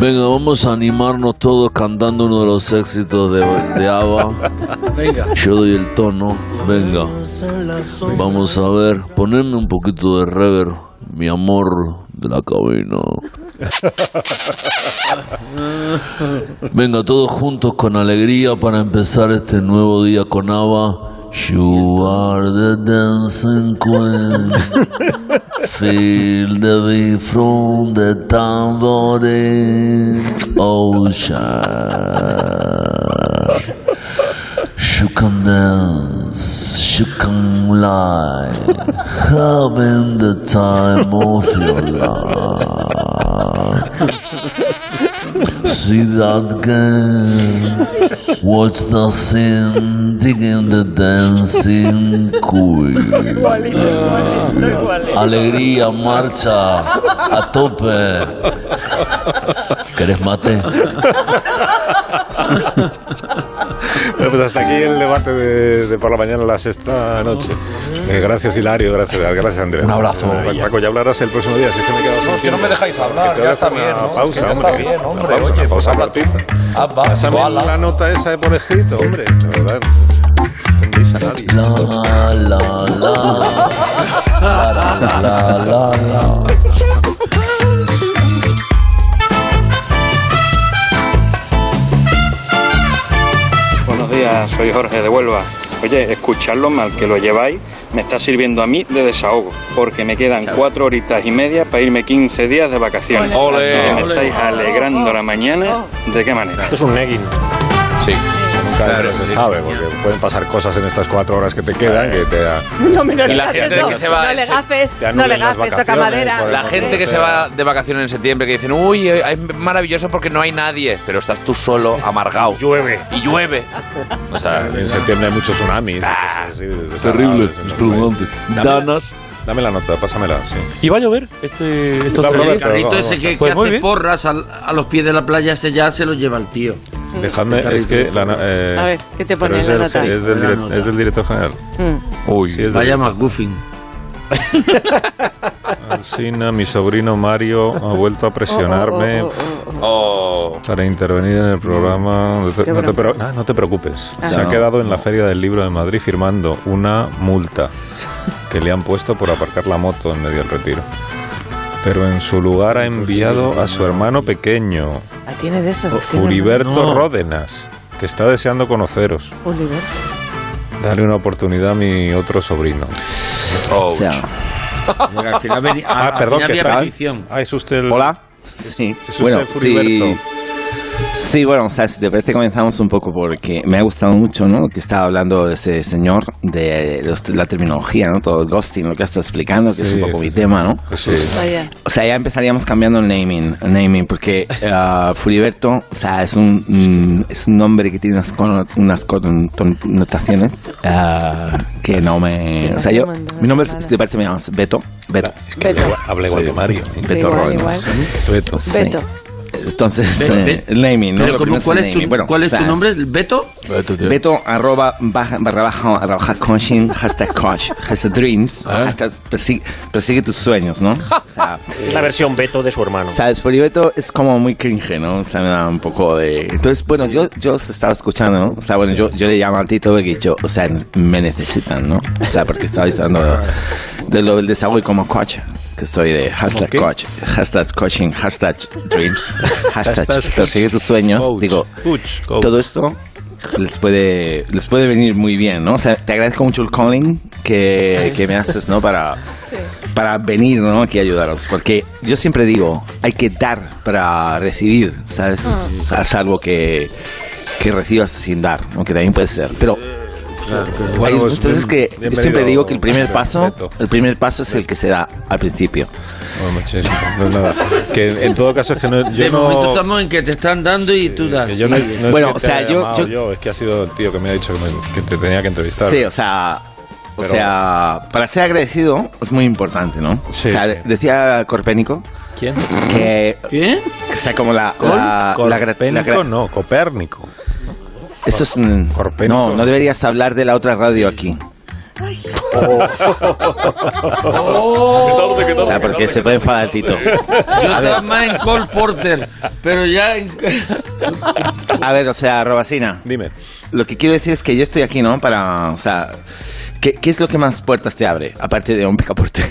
S17: Venga, vamos a animarnos todos cantando uno de los éxitos de, de ABBA.
S16: Venga.
S17: Yo doy el tono. Venga. Vamos a ver, ponerme un poquito de rever. Mi amor, de la cabina. Venga, todos juntos con alegría para empezar este nuevo día con ABBA. You are the dancing queen. Feel the beat from the tambourine Oh, ocean. You can dance, you can lie, having the time of your life. See that game, watch the scene, digging the dancing queen. Alegría, marcha, a tope. ¿Querés mate?
S1: Bueno, pues hasta aquí el debate de, de por la mañana a la sexta noche. Eh, gracias, Hilario. Gracias, gracias, Andrea. Un abrazo. Paco, ya hablarás el próximo día. Si es que me he quedado sin
S12: es que no
S1: tiempo.
S12: me dejáis
S1: Que
S12: hablar,
S1: te
S12: ya
S1: das
S12: está
S1: una
S12: bien, ¿no?
S1: pausa,
S12: Es que ya
S1: hombre.
S12: está bien,
S1: Una
S12: hombre,
S1: pausa,
S12: oye,
S1: una
S12: pues
S1: pausa
S12: habla
S1: cortita.
S12: Ah, va,
S1: Pásame
S12: voilà.
S1: la nota esa de por escrito, hombre. De verdad. No veis a nadie.
S17: la, la, la, la, la.
S18: Buenos días, soy Jorge de Huelva. Oye, escuchar lo mal que lo lleváis me está sirviendo a mí de desahogo, porque me quedan cuatro horitas y media para irme 15 días de vacaciones.
S15: Ole.
S18: Así que me
S15: Ole.
S18: estáis alegrando la mañana. ¿De qué manera?
S1: Esto es un negging.
S2: Sí.
S1: Nunca se sabe, porque pueden pasar cosas en estas cuatro horas que te quedan que te...
S5: No me lo
S2: Y la
S5: digas
S2: gente
S5: eso.
S2: que se va
S5: No
S2: en
S5: le
S2: se-
S5: gafes,
S1: te
S5: no le
S1: anulen las
S5: gafes, toca
S1: vacaciones,
S5: madera.
S1: por
S2: La gente que se va de vacaciones en septiembre que dicen, uy, eh, es maravilloso porque no hay nadie, pero estás tú solo, amargado.
S1: Llueve.
S2: Y llueve. Ah.
S1: O sea, en septiembre hay muchos tsunamis.
S17: Terrible, es preocupante.
S1: Danas. Dame la nota, pásamela, sí.
S6: ¿Y va a llover este,
S1: estos tres días?
S6: carrito ese que, que
S1: Pues muy
S6: hace
S1: bien.
S6: porras al- a los pies de la playa, ese ya se lo lleva el tío.
S1: Dejadme,
S6: El
S1: es que...
S6: carrito.
S1: La, na- eh,
S6: Mm. A ver, ¿qué te pone
S1: pero es
S6: la
S1: del-
S6: nota? Mm.
S1: Es del,
S6: La
S1: direc-
S6: nota.
S1: es del director general. Uy,
S6: Vaya
S1: McGuffin. Alcina, mi sobrino Mario ha vuelto
S6: Oh,
S1: a presionarme para intervenir en el
S6: Mm.
S1: programa. No te,
S15: bronca.
S1: preo- ah, no te preocupes.
S15: Ah.
S1: Se ha
S15: No.
S1: quedado en la Feria del Libro de Madrid firmando una multa que le han puesto por aparcar la moto en medio del retiro. Pero en su lugar ha enviado a su hermano pequeño,
S5: Ah, tiene de eso. Tiene-
S1: Furiberto
S5: No.
S1: Ródenas, que está deseando conoceros.
S5: Oliver.
S1: Darle una oportunidad a mi otro sobrino.
S4: (laughs)
S6: Mira, al final veni-
S1: Ah,
S6: al- al
S1: perdón,
S6: final
S1: que
S6: había
S1: está-
S6: petición.
S1: Ah, es usted el...
S4: Hola. Sí.
S1: Es usted
S4: Bueno, sí.
S1: Furiberto.
S4: Sí, bueno, o sea, si te parece comenzamos un poco porque me ha gustado mucho, ¿no? Que estaba hablando ese señor de los- la terminología, ¿no? Todo el ghosting, lo que ha estado explicando, que es un
S1: Sí,
S4: poco
S1: sí,
S4: mi
S1: sí.
S4: tema, ¿no?
S1: Sí.
S5: Vaya.
S4: O sea, ya empezaríamos cambiando el naming, el naming porque eh, Furiberto, o sea, es un, mm, es un nombre que tiene unas, cono- unas connotaciones eh, que no me...
S5: Sí,
S4: o sea, yo,
S5: no me-
S4: mi nombre, es- si te parece, me llamas Beto. Beto.
S5: Beto.
S1: Habla igual que Mario.
S4: Beto
S5: igual,
S4: Robbins.
S5: igual.
S1: Beto.
S4: Sí.
S5: Beto.
S4: Entonces,
S6: Beto,
S4: eh,
S6: Beto.
S4: el naming, ¿no?
S6: Pero
S4: Lo
S6: como,
S4: primero es
S6: ¿Cuál
S4: el
S6: es tu,
S4: naming. Bueno,
S6: ¿cuál es
S4: o sea,
S6: tu nombre? ¿Beto?
S4: Beto arroba baja, barra baja barra baja coaching hashtag coach hashtag dreams hashtag persigue, persigue tus sueños, ¿no?
S9: La versión Beto de su hermano.
S4: Sabes, Furibeto es como muy cringe, ¿no? O sea, me da un poco de... Entonces, bueno, yo, yo os estaba escuchando, ¿no? O sea, bueno, yo, yo le llamo a Tito porque yo, o sea, me necesitan, ¿no? O sea, porque estaba hablando de, de lo del desahogo y como coach, que soy de hashtag coach, hashtag coaching, hashtag dreams, hashtag
S1: Hashtag
S4: persigue tus sueños. Digo, todo esto les puede, les puede venir muy bien, ¿no? O sea, te agradezco mucho el calling que, que me haces, ¿no? Para, para venir, ¿no? Aquí a ayudaros. Porque yo siempre digo, hay que dar para recibir, ¿sabes?
S5: Mm.
S4: O sea, salvo que, que recibas sin dar, aunque también puede ser. Pero hay-
S1: Bueno, pues,
S4: entonces es que
S1: bien-
S4: yo siempre
S1: bienvenido, este
S4: digo que el primer
S1: Beto.
S4: paso, el primer paso es el que se da al principio.
S1: Bueno, sí, no es nada. Que en todo caso es que no, yo
S6: de
S1: no... Eh,
S6: momento estamos en que te están dando y tú das.
S1: que yo no- no es que te haya llamado
S4: yo-
S1: Es que ha sido el tío que me ha dicho que, me- que te tenía que entrevistar.
S4: Sí, o sea, o
S1: Pero-
S4: sea, para ser agradecido es muy importante, ¿no? o sea, decía Corpénico.
S1: ¿Quién?
S4: Que, O sea, como la...
S1: Col-
S4: la, la gra- la
S1: Corpénico,
S4: gra-
S1: no, Copérnico.
S4: Eso es... mm, No, no deberías hablar de la otra radio aquí.
S6: Oh.
S1: (laughs)
S15: ¿Qué
S4: O sea, porque se puede enfadar
S1: (laughs)
S4: el Tito.
S6: Yo
S4: A
S6: estaba
S4: ver,
S6: más en Cole Porter, pero ya en...
S4: a ver, o sea, Robasina. Dime. Lo que quiero decir es que yo estoy aquí, ¿no? Para, o sea... ¿Qué, qué es lo que más puertas te abre? Aparte de un picaporte.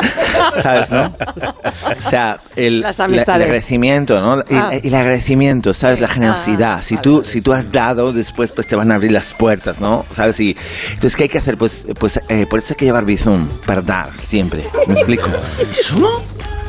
S4: (laughs) ¿Sabes, no? O sea, el,
S5: Las
S4: la-
S5: amistades.
S4: el agradecimiento, ¿no? El,
S5: Ah.
S4: el agradecimiento, ¿sabes? La generosidad. Si tú, si tú has dado, después pues te van a abrir las puertas, ¿no? ¿Sabes? Y, entonces, ¿qué hay que hacer? Pues, pues eh, por eso hay que llevar bizum, para dar siempre. ¿Me explico?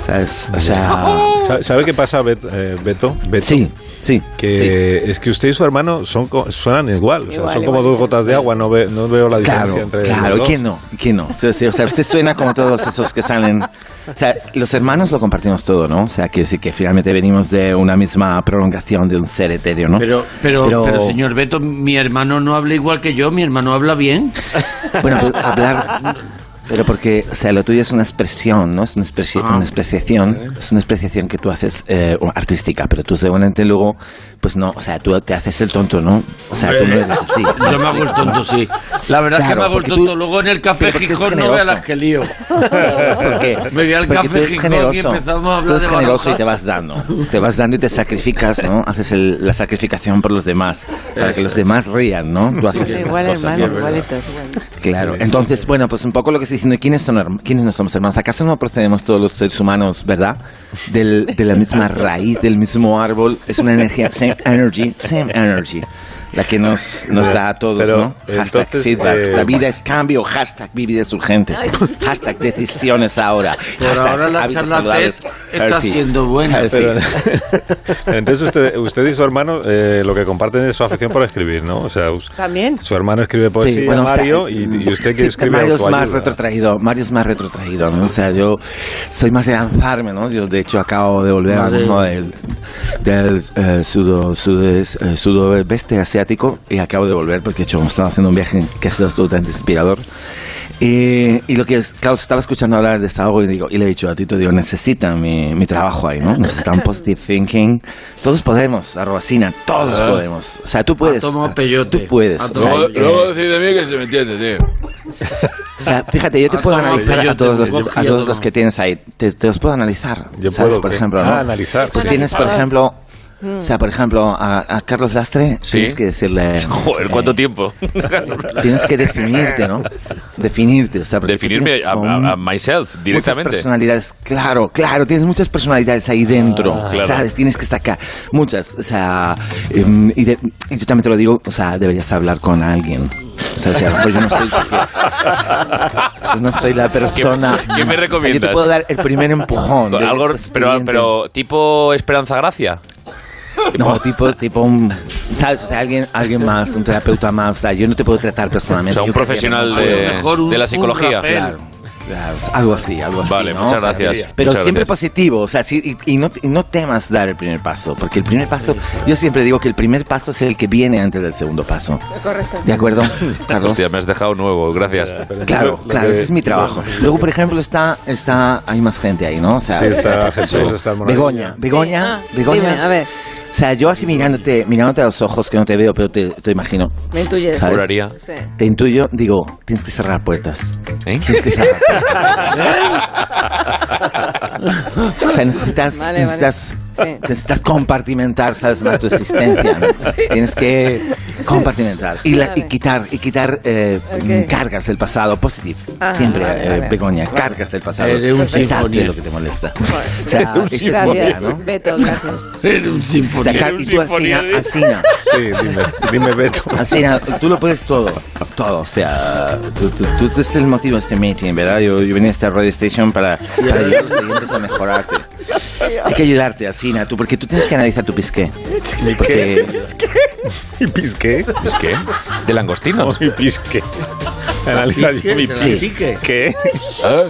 S4: ¿Sabes? O sea...
S1: ¿Sabe, sabe qué pasa, Bet- eh, Beto? Beto?
S4: Sí, sí.
S1: Que es que usted y su hermano son, co- suenan igual, o sea,
S4: Igual,
S1: son como
S4: igual.
S1: dos gotas de agua, no, ve- no veo la diferencia
S4: Claro,
S1: entre
S4: claro,
S1: los dos.
S4: ¿quién no? ¿Quién no? O sea, sí, o sea, usted suena como todos esos que salen. O sea, los hermanos lo compartimos todo, ¿no? O sea, quiere decir que finalmente venimos de una misma prolongación de un ser etéreo, ¿no?
S6: Pero, pero, pero, señor Beto, mi hermano no habla igual que yo, mi hermano habla bien.
S4: (laughs) Bueno, pues, hablar. Pero porque, o sea, lo tuyo es una expresión, ¿no? Es una, expresi-
S6: Ah.
S4: una apreciación, es una apreciación que tú haces eh, artística, pero tú seguramente luego, pues no, o sea, tú te haces el tonto, ¿no? O sea, tú no eres así.
S6: Yo me hago el tonto, sí. La verdad es que
S4: Claro,
S6: me hago el
S4: porque
S6: tonto.
S4: tú-
S6: Luego en el café
S4: pero porque es
S6: Gijón no vea
S4: generoso.
S6: las que lío.
S4: ¿Por qué?
S6: (laughs) Me voy al
S4: (laughs) Porque tú
S6: café
S4: eres
S6: Gijón y
S4: generoso.
S6: empezamos a
S4: Tú
S6: hablar
S4: eres
S6: de
S4: generoso y
S6: Barajas.
S4: te vas dando. Te vas dando y te sacrificas, ¿no? Haces el- la sacrificación por los demás. Para que los demás rían, ¿no? Tú haces estas
S5: Igual,
S4: cosas,
S5: hermano,
S4: ¿no?
S5: igualitos.
S4: Claro.
S1: Este,
S4: Entonces, bueno, pues un poco lo que estoy diciendo. ¿Quiénes, son, herma- ¿Quiénes no somos hermanos? ¿Acaso no procedemos todos los seres humanos, verdad? Del- de
S1: (laughs)
S4: la misma raíz, del mismo árbol. Es una energía, same energy, same energy. La que nos, nos da a todos,
S1: Pero,
S4: ¿no? Hashtag
S1: entonces,
S4: feedback.
S1: eh,
S4: La vida es cambio. Hashtag mi vida es urgente. Hashtag decisiones ahora.
S6: Por
S4: hashtag
S6: ahora la
S4: hábitos
S6: charla
S4: saludables.
S6: TED está
S4: Healthy.
S6: siendo buena.
S4: Healthy.
S1: Pero- Entonces usted, usted y su hermano eh, lo que comparten es su afección por escribir, ¿no? O sea, us-
S5: También.
S1: su hermano escribe
S4: Sí,
S1: poesía,
S4: bueno, o sea, eh,
S1: Mario, y, y usted que
S4: sí,
S1: escribe
S4: Mario es más
S1: autoayuda.
S4: retrotraído, Mario es más retrotraído, ¿no? O sea, yo soy más de lanzarme, ¿no? Yo, de hecho, acabo de volver ahora
S1: Madre.
S4: mismo del, del eh, sudo, sudes- eh, sudoeste asiático y acabo de volver porque, de hecho, estaba haciendo un viaje que ha sido absolutamente inspirador. Y, y lo que es, claro, estaba escuchando hablar de desahogo y, digo, y le he dicho a Tito, digo, necesitan mi, mi trabajo ahí, ¿no?
S6: (laughs)
S4: Necesitan positive thinking. Todos podemos, Arrobacina, todos
S8: Ah.
S4: podemos. O sea, tú puedes.
S6: Átomo peyote.
S4: Tú puedes. o sea,
S8: Luego,
S4: eh,
S8: luego decís de mí que se me entiende, tío.
S4: o sea, fíjate, yo te
S8: Ah,
S4: puedo
S8: no,
S4: analizar
S8: yo
S4: a todos,
S8: te-
S4: los,
S8: yo
S4: a
S8: ya
S4: todos
S8: no.
S4: los que tienes ahí. Te, te los puedo analizar.
S1: Yo
S4: ¿sabes?
S1: puedo,
S4: por
S1: ¿qué?
S4: ejemplo, ¿no?
S1: Ah, analizar,
S4: Pues
S1: sí.
S4: tienes, por
S1: Analizar.
S4: ejemplo,
S1: Mm.
S4: o sea, por ejemplo, a, a Carlos Lastre
S2: Sí.
S4: tienes que
S2: (laughs)
S4: decirle... eh,
S2: Joder, ¿cuánto tiempo?
S4: Tienes que definirte, ¿no? Definirte. O sea, porque tú
S2: Definirme
S4: tienes
S2: a,
S4: como
S2: a- a
S4: mu-
S2: myself directamente.
S4: Muchas personalidades, claro, claro, tienes muchas personalidades ahí dentro,
S2: Ah, claro.
S4: ¿sabes? Tienes que sacar muchas, o sea, em, y, de- y yo también te lo digo, o sea, deberías hablar con alguien. O sea, si a lo mejor yo no soy, yo no soy la
S2: (laughs)
S4: persona.
S2: ¿Qué- qué me
S4: O sea, yo
S2: recomiendas?
S4: te puedo dar el primer empujón. del
S2: Algo- pero,
S4: descubrimiento.
S2: pero tipo Esperanza Gracia.
S4: No, tipo, tipo un, ¿sabes? O sea, alguien, alguien más, un terapeuta más, o sea, yo no te puedo tratar personalmente.
S2: O sea, un
S4: Yo creo que-
S2: profesional de- A lo mejor un- de la un psicología. rapel.
S4: Claro, claro, algo así, algo así.
S2: Vale,
S4: ¿no?
S2: muchas
S4: O sea,
S2: gracias,
S4: Pero
S2: muchas
S4: siempre
S2: gracias.
S4: positivo, o sea, sí, y, y no, y no temas dar el primer paso, porque el primer paso, yo siempre digo que el primer paso es el que viene antes del segundo paso.
S5: Correcto.
S4: ¿De acuerdo,
S2: (laughs)
S4: Carlos?
S2: Hostia, me has dejado nuevo, gracias.
S4: Claro, claro,
S1: Eh,
S4: ese es mi trabajo. Luego, por ejemplo, está, está, hay más gente ahí, ¿no? O sea,
S1: Sí,
S4: (laughs)
S1: está Jesús, está el monaguillo.
S4: Begoña, Begoña,
S5: Sí, ah,
S4: Begoña.
S5: dime, a ver.
S4: O sea, yo así mirándote, mirándote a los ojos que no te veo, pero te, te imagino.
S5: Me intuyes.
S4: ¿sabes?
S5: Juraría. Sí.
S4: Te intuyo, digo, tienes que cerrar puertas.
S1: ¿Eh?
S4: Tienes que cerrar
S1: (laughs)
S4: puertas. o sea, necesitas,
S5: Vale, vale.
S4: necesitas,
S5: Sí.
S4: necesitas compartimentar, sabes, más tu existencia.
S5: (laughs)
S4: ¿no? Tienes que compartimentar y, la- y
S5: Vale.
S4: quitar, y quitar eh,
S5: Ok.
S4: cargas del pasado, positive.
S5: Ah,
S4: Siempre,
S5: vale,
S4: eh,
S5: vale.
S4: Begoña, cargas del pasado.
S6: Eres un
S4: Deshazte
S6: sinfonía.
S4: lo que te molesta. O sea,
S5: Gracias,
S4: esto es vida, ¿no?
S5: Gracias, Beto, gracias.
S6: (laughs) Eres un
S4: O sea, Car- y tú, Alcina,
S1: (laughs)
S4: Alcina.
S1: Sí, dime, dime Beto.
S4: Alcina, tú lo puedes todo, todo. O sea, tú, tú, tú, tú es el motivo de este meeting, ¿verdad? Yo, yo venía a esta radio station para, para ayudar a los siguientes a mejorarte. Hay que ayudarte, Alcina, tú, porque tú tienes que analizar tu pisqué. Porque-
S1: ¿Y pisqué?
S2: ¿Pisqué? ¿De langostinos?
S1: y pisqué. Analiza
S6: Pisqué,
S1: mi ¿Eh?
S6: se la
S1: pisqué.
S6: chique.
S1: ¿Qué?
S2: ¿Ah?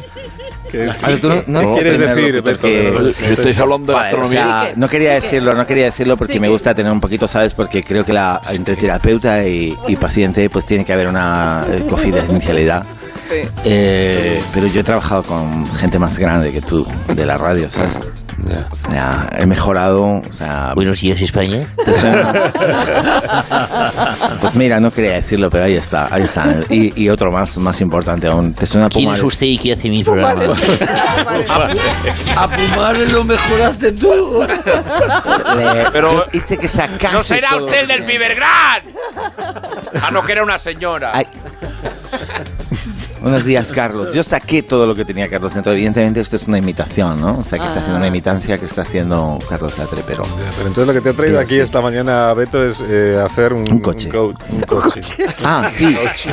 S1: ¿Qué
S4: A ver, tú no- no
S1: ¿Qué
S4: es
S1: quieres
S4: primero,
S1: decir,
S4: porque-
S1: Beto? que no-
S4: (laughs) porque- Vale, o sea, no quería decirlo, no quería decirlo porque me gusta tener un poquito, ¿sabes? Porque creo que la, entre terapeuta y, y paciente pues tiene que haber una eh, confidencialidad. Eh, pero yo he trabajado con gente más grande que tú de la radio, ¿sabes? O sea, he mejorado, o sea... Buenos días, España. Pues mira, no quería decirlo, pero ahí está, ahí está. Y, y otro más, más importante aún. ¿Te suena
S19: ¿Quién
S4: Pumares?
S19: es usted y qué hace mi programa? (laughs)
S6: A Pumar lo mejoraste tú.
S4: Pero viste Eh, que sacaste
S2: ¿No será
S4: todo.
S2: usted el del Fibergran? Ah, no, que era una señora.
S4: Ay. Buenos días, Carlos. Yo saqué todo lo que tenía Carlos dentro. Evidentemente, esto es una imitación, ¿no? O sea, que está haciendo una imitancia que está haciendo Carlos Latre, pero.
S1: Pero entonces lo que te ha traído aquí esta mañana, Beto, es eh, hacer un, coche. un coche.
S4: Ah, sí.
S1: Un coche.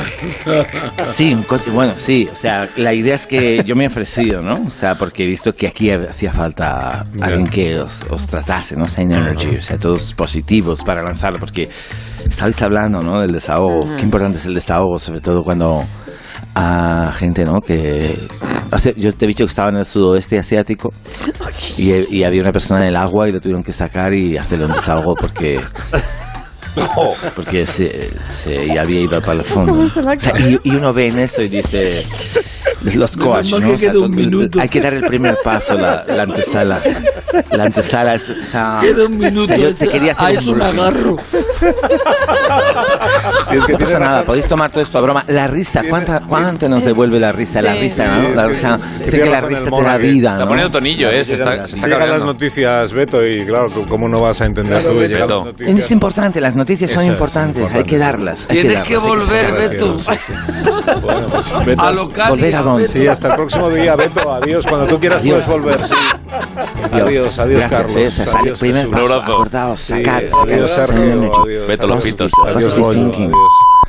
S4: Sí, un coche. Bueno, sí. O sea, la idea es que yo me he ofrecido, ¿no? O sea, porque he visto que aquí hacía falta alguien que os, os tratase, ¿no? Sane Energy. O sea, todos positivos para lanzarlo, porque estabais hablando, ¿no? Del desahogo.
S5: Ajá.
S4: Qué importante es el desahogo, sobre todo cuando a gente, ¿no? Que. o sea, yo te he dicho que estaba en el sudoeste asiático y, y había una persona en el agua y lo tuvieron que sacar y hacerle un desahogo porque porque se, se- y había ido para el fondo.
S5: gusta la
S4: O sea, y, y uno ve en eso y dice los
S5: Menos
S4: coach,
S5: mal
S4: ¿no?
S5: que
S4: O sea,
S5: queda un
S4: tú- tú-
S5: minuto.
S4: Hay que dar el primer paso, la, la antesala. La antesala es, o sea,
S16: Queda un minuto.
S4: o sea, yo te quería hacer
S16: ah, es un
S4: bullying.
S16: agarro.
S4: no pasa nada, podéis tomar todo esto a broma. La risa, ¿cuánta, ¿cuánto nos devuelve la risa? La
S1: Sí.
S4: risa,
S1: Sí,
S4: ¿no?
S1: es
S4: La
S1: que-
S4: risa,
S1: es que
S4: sé que la
S1: pierdas en el
S4: risa te
S1: mono
S4: da
S1: aquí.
S4: vida.
S1: Está
S4: ¿no?
S1: poniendo
S2: tonillo, ¿eh? Se está, se está
S1: Llegan las
S2: cabreando.
S1: noticias, Beto, y claro, ¿cómo no vas a entender
S2: Claro,
S1: tú?
S2: Beto.
S1: Llegan las
S2: Es
S1: noticias.
S4: Es importante, las noticias son
S1: Eso es,
S4: importantes, hay que darlas. hay
S1: Tienes que
S4: darlas, hay
S1: volver,
S4: sacarlas.
S1: Beto.
S4: Sí, sí, sí.
S1: pues, Beto,
S4: A lo Cali, Volver a dónde. Beto.
S1: Sí, hasta el próximo día, Beto. Adiós. Cuando tú quieras
S4: Adiós.
S1: puedes volver. sí. Adiós, adiós,
S4: Gracias,
S1: Carlos.
S4: eh, o sea, sale
S1: Adiós,
S4: primer
S1: Jesús.
S4: paso, acordaos, sacad,
S1: Adiós,
S4: sacad.
S1: Sergio. Adiós,
S4: Beto, los
S1: adiós.
S4: pitos.
S1: Adiós,
S4: Positive
S1: Goyo.
S4: thinking.
S1: Adiós.